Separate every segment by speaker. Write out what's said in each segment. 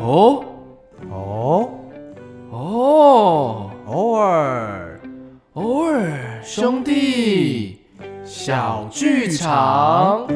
Speaker 1: 哦
Speaker 2: 哦，
Speaker 1: 哦，
Speaker 2: 偶尔
Speaker 1: 偶尔兄弟小剧场。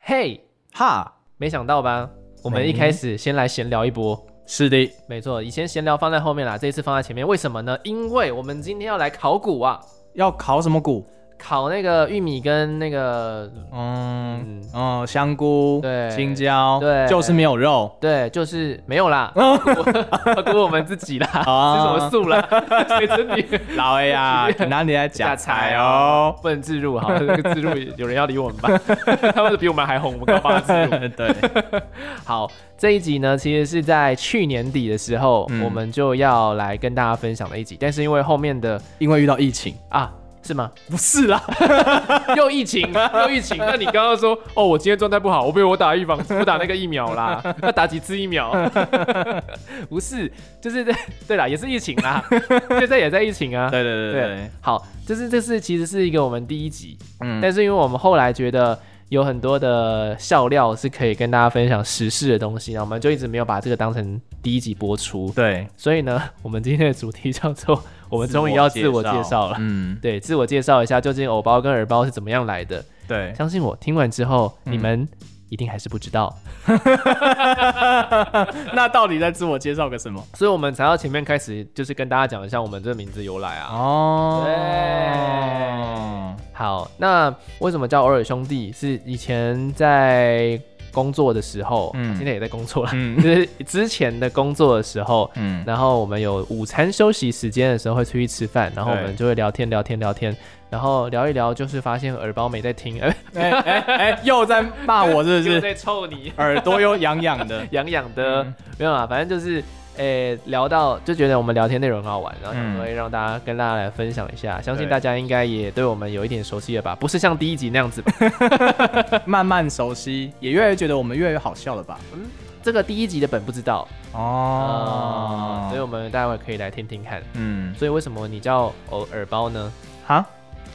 Speaker 1: 嘿，
Speaker 2: 哈，
Speaker 1: 没想到吧？我们一开始先来闲聊一波。
Speaker 2: 是的，
Speaker 1: 没错，以前闲聊放在后面啦，这一次放在前面，为什么呢？因为我们今天要来考古啊，
Speaker 2: 要烤什么骨？
Speaker 1: 考那个玉米跟那个，
Speaker 2: 嗯
Speaker 1: 嗯
Speaker 2: 嗯，香菇，
Speaker 1: 对
Speaker 2: 青椒，
Speaker 1: 对
Speaker 2: 就是没有 肉。
Speaker 1: 对，就是没有啦，考古我们自己啦，吃什么素啦，随着你。
Speaker 2: 哦老爷 呀，哪里来啊假菜哦？
Speaker 1: 不能自入，好，这个自入有人要理我们吧？他们比我们还红，我们搞
Speaker 2: 哦
Speaker 1: 不好自入。
Speaker 2: 对，
Speaker 1: 好，这一集呢，其实是在去年底的时候，
Speaker 2: 嗯
Speaker 1: 我们就要来跟大家分享的一集，但是因为后面的
Speaker 2: 因为遇到疫情，
Speaker 1: 啊，是吗？
Speaker 2: 不是啦，
Speaker 1: 又疫情，又疫情。那你刚刚说，哦，我今天状态不好，我被我打预防，我打那个疫苗 啦，那打几次疫苗？不是，就是在对啦，也是疫情 啦，现在也在疫情啊。
Speaker 2: 对对对对，
Speaker 1: 好，就是这是其实是一个我们第一集，
Speaker 2: 嗯，
Speaker 1: 但是因为我们后来觉得。有很多的笑料是可以跟大家分享时事的东西，然后我们就一直没有把这个当成第一集播出。
Speaker 2: 对，
Speaker 1: 所以呢，我们今天的主题叫做“我们终于要自我介绍了”。
Speaker 2: 嗯，
Speaker 1: 对，自我介绍一下，究竟偶包跟耳包是怎么样来的？
Speaker 2: 对，
Speaker 1: 相信我，听完之后、
Speaker 2: 嗯
Speaker 1: 你们一定还是不知道，
Speaker 2: 那到底在自我介绍个什么？
Speaker 1: 所以我们才要前面开始就是跟大家讲一下我们这个名字由来啊。
Speaker 2: 嗯哦，
Speaker 1: 好，那为什么叫偶尔兄弟？是以前在工作的时候，
Speaker 2: 嗯
Speaker 1: 现在也在工作了，
Speaker 2: 嗯
Speaker 1: 就是之前的工作的时候。
Speaker 2: 嗯，
Speaker 1: 然后我们有午餐休息时间的时候会出去吃饭，然后我
Speaker 2: 对
Speaker 1: 们就会聊天聊天聊天，然后聊一聊就是发现耳包没在听， 哎、
Speaker 2: 哎哎哎，又在骂我是不
Speaker 1: 又
Speaker 2: 是？
Speaker 1: 在臭你，
Speaker 2: 耳朵又痒痒的，
Speaker 1: 痒痒的，
Speaker 2: 嗯
Speaker 1: 没有啦，反正就是，诶、聊到就觉得我们聊天内容很好玩，然后想说
Speaker 2: 嗯
Speaker 1: 诶让大家跟大家来分享一下，相信
Speaker 2: 对
Speaker 1: 大家应该也对我们有一点熟悉了吧？不是像第一集那样子 吧？
Speaker 2: 慢慢熟悉，也越来越觉得我们越来越好笑了吧？
Speaker 1: 这个第一集的本不知道啊、
Speaker 2: 哦，
Speaker 1: 所以我们待会可以来听听看。
Speaker 2: 嗯，
Speaker 1: 所以为什么你叫偶耳包呢？
Speaker 2: 哈，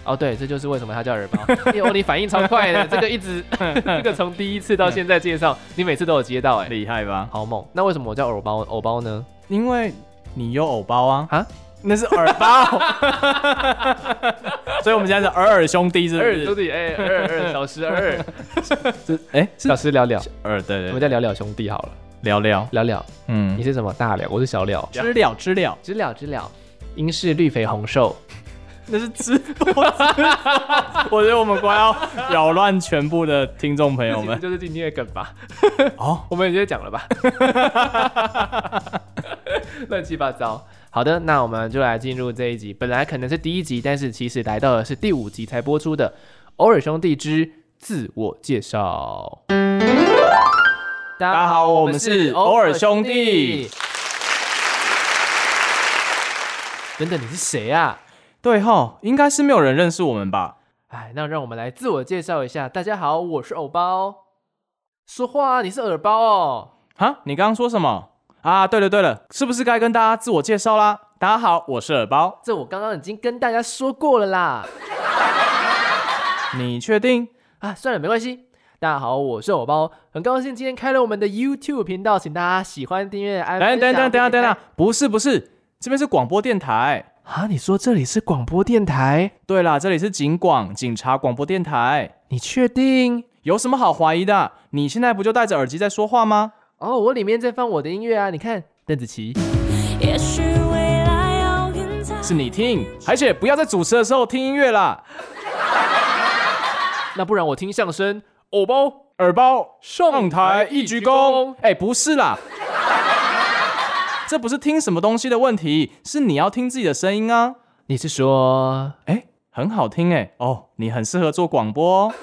Speaker 1: 哦，对，这就是为什么它叫耳包， 因为哦你反应超快的，这个一直，这个从第一次到现在介绍，你每次都有接到、哎，
Speaker 2: 厉害吧？
Speaker 1: 好猛！那为什么我叫耳包？偶包呢？
Speaker 2: 因为你有偶包啊，
Speaker 1: 啊，
Speaker 2: 那是耳包， 所以我们现在是耳耳兄弟，是不
Speaker 1: 二兄
Speaker 2: 是？
Speaker 1: 弟，哎、二二小时二二，
Speaker 2: 是哎， 是
Speaker 1: 小时聊聊，
Speaker 2: 耳，对
Speaker 1: 我
Speaker 2: 对
Speaker 1: 们
Speaker 2: 对，
Speaker 1: 再聊聊兄弟好了，
Speaker 2: 聊聊，
Speaker 1: 聊聊你
Speaker 2: 嗯，
Speaker 1: 是什么大聊，我是小聊，
Speaker 2: 知了知了，
Speaker 1: 知了知了，英式绿肥红瘦，
Speaker 2: 那是知多知， 我觉得我们快要扰乱全部的听众朋友
Speaker 1: 我 们
Speaker 2: 们
Speaker 1: 就是今天的梗吧，
Speaker 2: 哦。
Speaker 1: 我们也直接讲了吧， 乱七八糟。好的，那我们就来进入这一集，本来可能是第一集，但是其实来到的是第五集才播出的《偶尔兄弟之自我介绍》。大
Speaker 2: 大家好，我们是偶尔兄弟。。
Speaker 1: 等等，你是谁啊？
Speaker 2: 对吼，应该是没有人认识我们吧？
Speaker 1: 哎，那让我们来自我介绍一下。大家好，我是偶包。说话啊，你是耳包哦。
Speaker 2: 啊，你刚刚说什么啊？对了对了，是不是该跟大家自我介绍啦？大家好，我是耳包。
Speaker 1: 这我刚刚已经跟大家说过了啦。
Speaker 2: 你确定？
Speaker 1: 啊，算了，没关系。大家好，我是偶包，很高兴今天开了我们的 YouTube 频道，请大家喜欢订阅。按
Speaker 2: 等等等等等
Speaker 1: 分享
Speaker 2: 等，不是不是，这边是广播电台。
Speaker 1: 啊！你说这里是广播电台？
Speaker 2: 对啦，这里是警广警察广播电台，
Speaker 1: 你确定？
Speaker 2: 有什么好怀疑的？你现在不就戴着耳机在说话吗？
Speaker 1: 哦，我里面在放我的音乐啊，你看邓紫棋。
Speaker 3: 也许未来要隐藏。
Speaker 2: 是你听，而且不要在主持的时候听音乐啦。
Speaker 1: 那不然我听相声，偶包
Speaker 2: 耳包
Speaker 1: 上
Speaker 2: 上台一鞠躬。哎、不是啦， 这不是听什么东西的问题，是你要听自己的声音啊。
Speaker 1: 你是说
Speaker 2: 哎、很好听哎、哦，你很适合做广播、哦。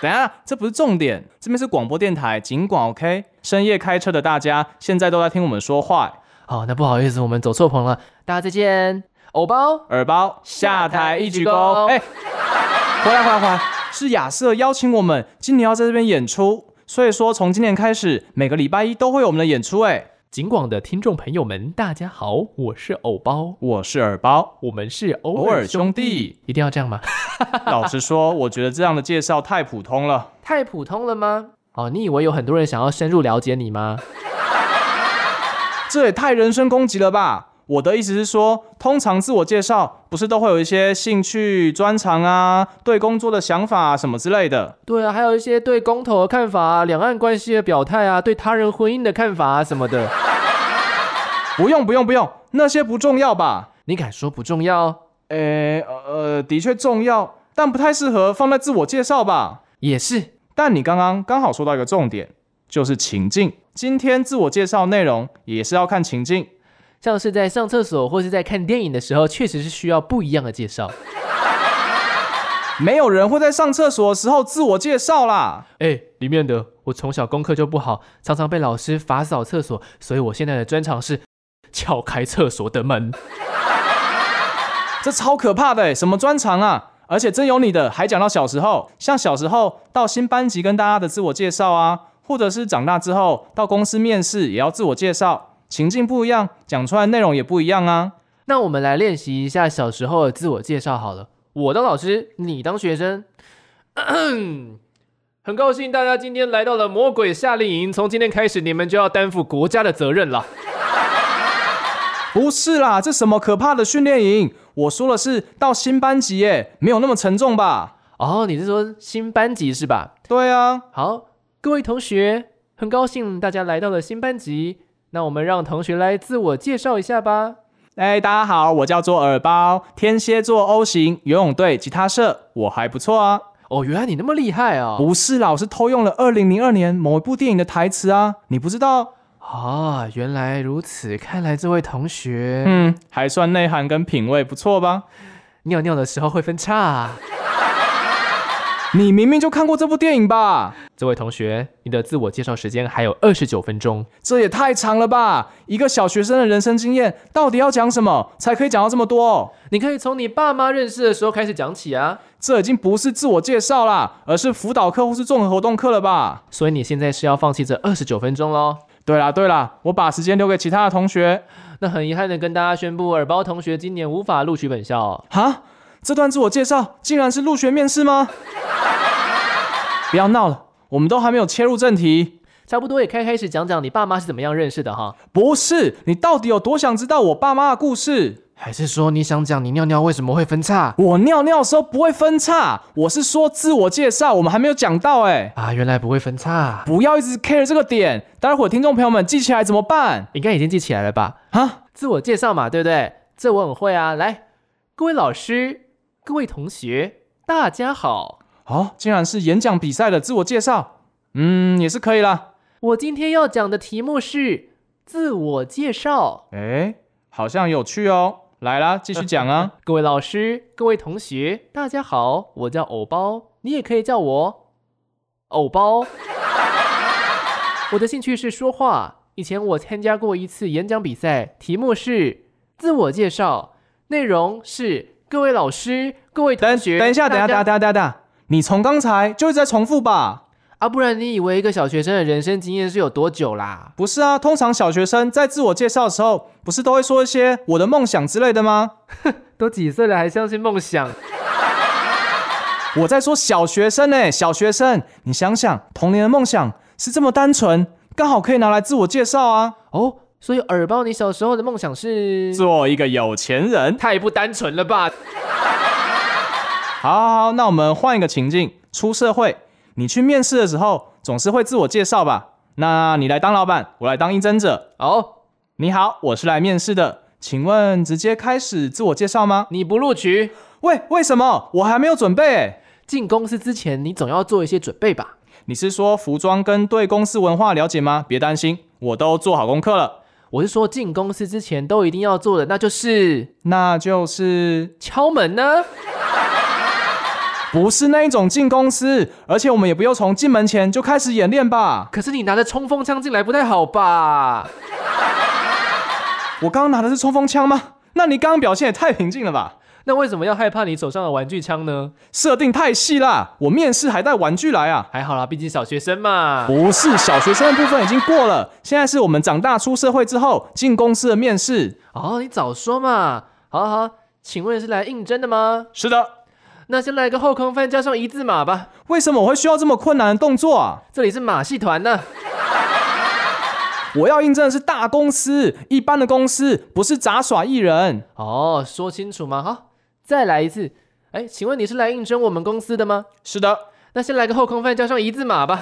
Speaker 2: 等一下，这不是重点，这边是广播电台，尽管 OK。深夜开车的大家，现在都在听我们说话、
Speaker 1: 哦，那不好意思，我们走错棚了，大家再见，偶包。
Speaker 2: 耳包下台一鞠躬，哎、
Speaker 1: 下
Speaker 2: 回来回来回来，是亚瑟邀请我们今年要在这边演出，所以说从今年开始，每个礼拜一都会有我们的演出、哎，
Speaker 1: 景广的听众朋友们，大家好，我是偶包，
Speaker 2: 我是耳包，
Speaker 1: 我们是偶
Speaker 2: 偶尔
Speaker 1: 尔兄，
Speaker 2: 兄弟。
Speaker 1: 一定要这样吗？
Speaker 2: 老实说，我觉得这样的介绍太普通了。
Speaker 1: 太普通了吗？哦，你以为有很多人想要深入了解你吗？
Speaker 2: 这也太人身攻击了吧！我的意思是说，通常自我介绍不是都会有一些兴趣、专长啊，对工作的想法、什么之类的。
Speaker 1: 对啊，还有一些对公投的看法啊，两岸关系的表态啊，对他人婚姻的看法啊什么的，
Speaker 2: 不用不用不用，那些不重要吧？
Speaker 1: 你敢说不重要？
Speaker 2: 诶，呃呃，的确重要，但不太适合放在自我介绍吧。
Speaker 1: 也是，
Speaker 2: 但你刚刚刚好说到一个重点，就是情境。今天自我介绍内容也是要看情境。
Speaker 1: 像是在上厕所或是在看电影的时候，确实是需要不一样的介绍。
Speaker 2: 没有人会在上厕所的时候自我介绍啦。
Speaker 1: 哎、里面的我从小功课就不好，常常被老师罚扫厕所，所以我现在的专长是撬开厕所的门。
Speaker 2: 这超可怕的欸，什么专长啊？而且真有你的，还讲到小时候，像小时候到新班级跟大家的自我介绍啊，或者是长大之后到公司面试也要自我介绍，情境不一样，讲出来内容也不一样啊。
Speaker 1: 那我们来练习一下小时候的自我介绍好了。我当老师，你当学生。 很高兴大家今天来到了魔鬼夏令营，从今天开始，你们就要担负国家的责任了。
Speaker 2: 不是啦，这什么可怕的训练营？我说的是到新班级耶，没有那么沉重吧？
Speaker 1: 哦，你是说新班级是吧？
Speaker 2: 对啊，
Speaker 1: 好，各位同学，很高兴大家来到了新班级。那我们让同学来自我介绍一下吧。
Speaker 2: 哎，大家好，我叫做耳包，天蝎座 O 型，游泳队吉他社，我还不错啊。
Speaker 1: 哦，原来你那么厉害啊、
Speaker 2: 不是啦，我是偷用了二零零二年某一部电影的台词啊，你不知道？
Speaker 1: 啊，原来如此，看来这位同学、
Speaker 2: 嗯，还算内涵跟品味不错吧？
Speaker 1: 尿尿的时候会分叉、啊。
Speaker 2: 你明明就看过这部电影吧？
Speaker 1: 这位同学，你的自我介绍时间还有二十九分钟。
Speaker 2: 这也太长了吧！一个小学生的人生经验到底要讲什么才可以讲到这么多、
Speaker 1: 你可以从你爸妈认识的时候开始讲起啊。
Speaker 2: 这已经不是自我介绍啦，而是辅导课或是综合活动课了吧？
Speaker 1: 所以你现在是要放弃这二十九分钟喽？
Speaker 2: 对啦对啦，我把时间留给其他的同学。
Speaker 1: 那很遗憾的跟大家宣布，耳包同学今年无法录取本校哦、
Speaker 2: 哈，这段自我介绍竟然是入学面试吗？不要闹了，我们都还没有切入正题。
Speaker 1: 差不多也该开始讲讲你爸妈是怎么样认识的哈。
Speaker 2: 不是，你到底有多想知道我爸妈的故事？
Speaker 1: 还是说你想讲你尿尿为什么会分叉？
Speaker 2: 我尿尿的时候不会分叉，我是说自我介绍，我们还没有讲到哎、
Speaker 1: 啊，原来不会分叉啊，
Speaker 2: 不要一直 care 这个点，待会儿听众朋友们记起来怎么办？
Speaker 1: 应该已经记起来了吧？
Speaker 2: 啊，
Speaker 1: 自我介绍嘛，对不对？这我很会啊。来，各位老师、各位同学，大家好，
Speaker 2: 哦，竟然是演讲比赛的自我介绍，嗯，也是可以啦。
Speaker 1: 我今天要讲的题目是自我介绍。
Speaker 2: 哎，好像有趣哦，来啦，继续 讲啊。
Speaker 1: 各位老师、各位同学，大家好，我叫偶包，你也可以叫我偶包。我的兴趣是说话，以前我参加过一次演讲比赛，题目是自我介绍，内容是各位老师、各位同
Speaker 2: 等
Speaker 1: 学。
Speaker 2: 等一下，等一下，等
Speaker 1: 大
Speaker 2: 一
Speaker 1: 家
Speaker 2: 下，等一下，等一下，你从刚才就一直在重复吧？
Speaker 1: 啊，不然你以为一个小学生的人生经验是有多久啦？
Speaker 2: 不是啊，通常小学生在自我介绍的时候，不是都会说一些我的梦想之类的吗？
Speaker 1: 都几岁了还相信梦想？
Speaker 2: 我在说小学生呢、小学生，你想想，童年的梦想是这么单纯，刚好可以拿来自我介绍啊，
Speaker 1: 哦，所以耳包，你小时候的梦想是？
Speaker 2: 做一个有钱 人。
Speaker 1: 太不单纯了吧！
Speaker 2: 好好好，那我们换一个情境，出社会，你去面试的时候总是会自我介绍吧？那你来当老板，我来当应征者。
Speaker 1: 哦，
Speaker 2: 你好，我是来面试的，请问直接开始自我介绍吗？
Speaker 1: 你不录取，
Speaker 2: 喂，为什么我还没有准备、欸？
Speaker 1: 进公司之前你总要做一些准备吧？
Speaker 2: 你是说服装跟对公司文化了解吗？别担心，我都做好功课了。
Speaker 1: 我是说进公司之前都一定要做的，那就是
Speaker 2: 那就是
Speaker 1: 敲门呢。
Speaker 2: 不是那一种进公司，而且我们也不用从进门前就开始演练吧。
Speaker 1: 可是你拿着冲锋枪进来不太好吧？
Speaker 2: 我刚刚拿的是冲锋枪吗？那你刚刚表现也太平静了吧？
Speaker 1: 那为什么要害怕你手上的玩具枪呢？
Speaker 2: 设定太细啦，我面试还带玩具来啊。
Speaker 1: 还好啦，毕竟小学生嘛。
Speaker 2: 不是小学生的部分已经过了，现在是我们长大出社会之后进公司的面试。
Speaker 1: 哦，你早说嘛！好好，好请问是来应征的吗？
Speaker 2: 是的，
Speaker 1: 那先来个后空翻加上一字马吧。
Speaker 2: 为什么我会需要这么困难的动作啊？
Speaker 1: 这里是马戏团呢、
Speaker 2: 我要印证的是大公司，一般的公司，不是杂耍艺人。
Speaker 1: 哦，说清楚嘛，好，再来一次。哎，请问你是来应征我们公司的吗？
Speaker 2: 是的，
Speaker 1: 那先来个后空翻加上一字马吧。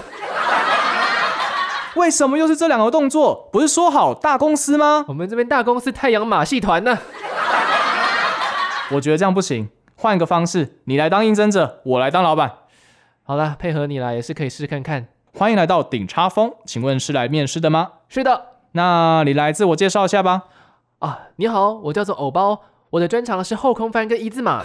Speaker 2: 为什么又是这两个动作？不是说好大公司吗？
Speaker 1: 我们这边大公司太阳马戏团呢、
Speaker 2: 我觉得这样不行，换个方式，你来当应征者，我来当老板。
Speaker 1: 好啦，配合你啦，也是可以试试看看。
Speaker 2: 欢迎来到顶叉峰，请问是来面试的吗？
Speaker 1: 是的
Speaker 2: 那你来自我介绍一下吧。
Speaker 1: 啊，你好，我叫做偶包，我的专长是后空翻跟一字马。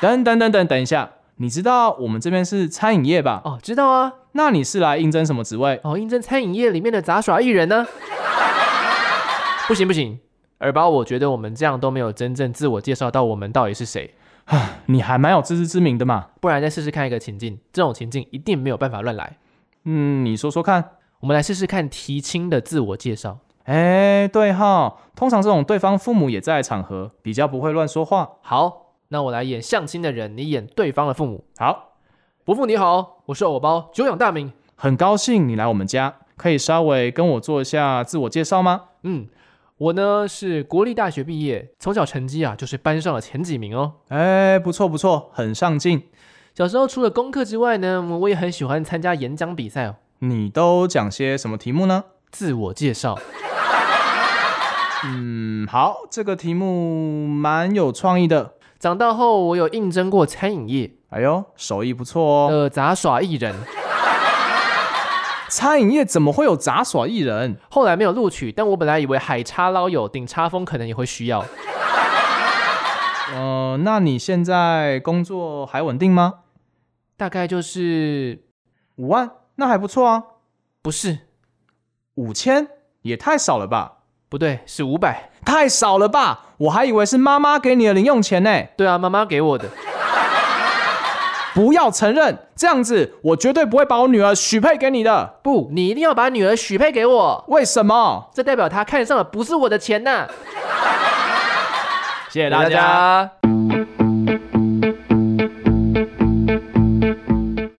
Speaker 2: 等等等等等一下，你知道我们这边是餐饮业吧？
Speaker 1: 哦，知道啊。
Speaker 2: 那你是来应征什么职位？
Speaker 1: 哦，应征餐饮业里面的杂耍艺人呢、 不行不行，耳包，我觉得我们这样都没有真正自我介绍到我们到底是谁，
Speaker 2: 你还蛮有自知之明的嘛。
Speaker 1: 不然再试试看一个情境，这种情境一定没有办法乱来。
Speaker 2: 嗯，你说说看。
Speaker 1: 我们来试试看提亲的自我介绍。
Speaker 2: 哎，对哈，通常这种对方父母也在的场合，比较不会乱说话。
Speaker 1: 好，那我来演相亲的人，你演对方的父母。
Speaker 2: 好，
Speaker 1: 伯父你好，我是偶包，久仰大名。
Speaker 2: 很高兴你来我们家，可以稍微跟我做一下自我介绍吗？
Speaker 1: 嗯，我呢是国立大学毕业，从小成绩啊就是班上的前几名哦。
Speaker 2: 哎，不错不错，很上进。
Speaker 1: 小时候除了功课之外呢，我也很喜欢参加演讲比赛哦。
Speaker 2: 你都讲些什么题目呢？
Speaker 1: 自我介绍，
Speaker 2: 嗯，好，这个题目蛮有创意的。
Speaker 1: 长大后我有应征过餐饮业，
Speaker 2: 哎呦，手艺不错哦。
Speaker 1: 呃，杂耍艺人，
Speaker 2: 餐饮业怎么会有杂耍艺人？
Speaker 1: 后来没有录取，但我本来以为海叉捞有，顶叉风可能也会需要。
Speaker 2: 呃，那你现在工作还稳定吗？
Speaker 1: 大概就是
Speaker 2: 五万，那还不错啊。
Speaker 1: 不是
Speaker 2: 五千也太少了吧？
Speaker 1: 不对，是五百。
Speaker 2: 太少了吧？我还以为是妈妈给你的零用钱呢。
Speaker 1: 对啊，妈妈给我的。
Speaker 2: 不要承认，这样子我绝对不会把我女儿许配给你的。
Speaker 1: 不，你一定要把女儿许配给我，
Speaker 2: 为什么？
Speaker 1: 这代表她看上的不是我的钱呐、
Speaker 2: 谢谢
Speaker 1: 给大。家。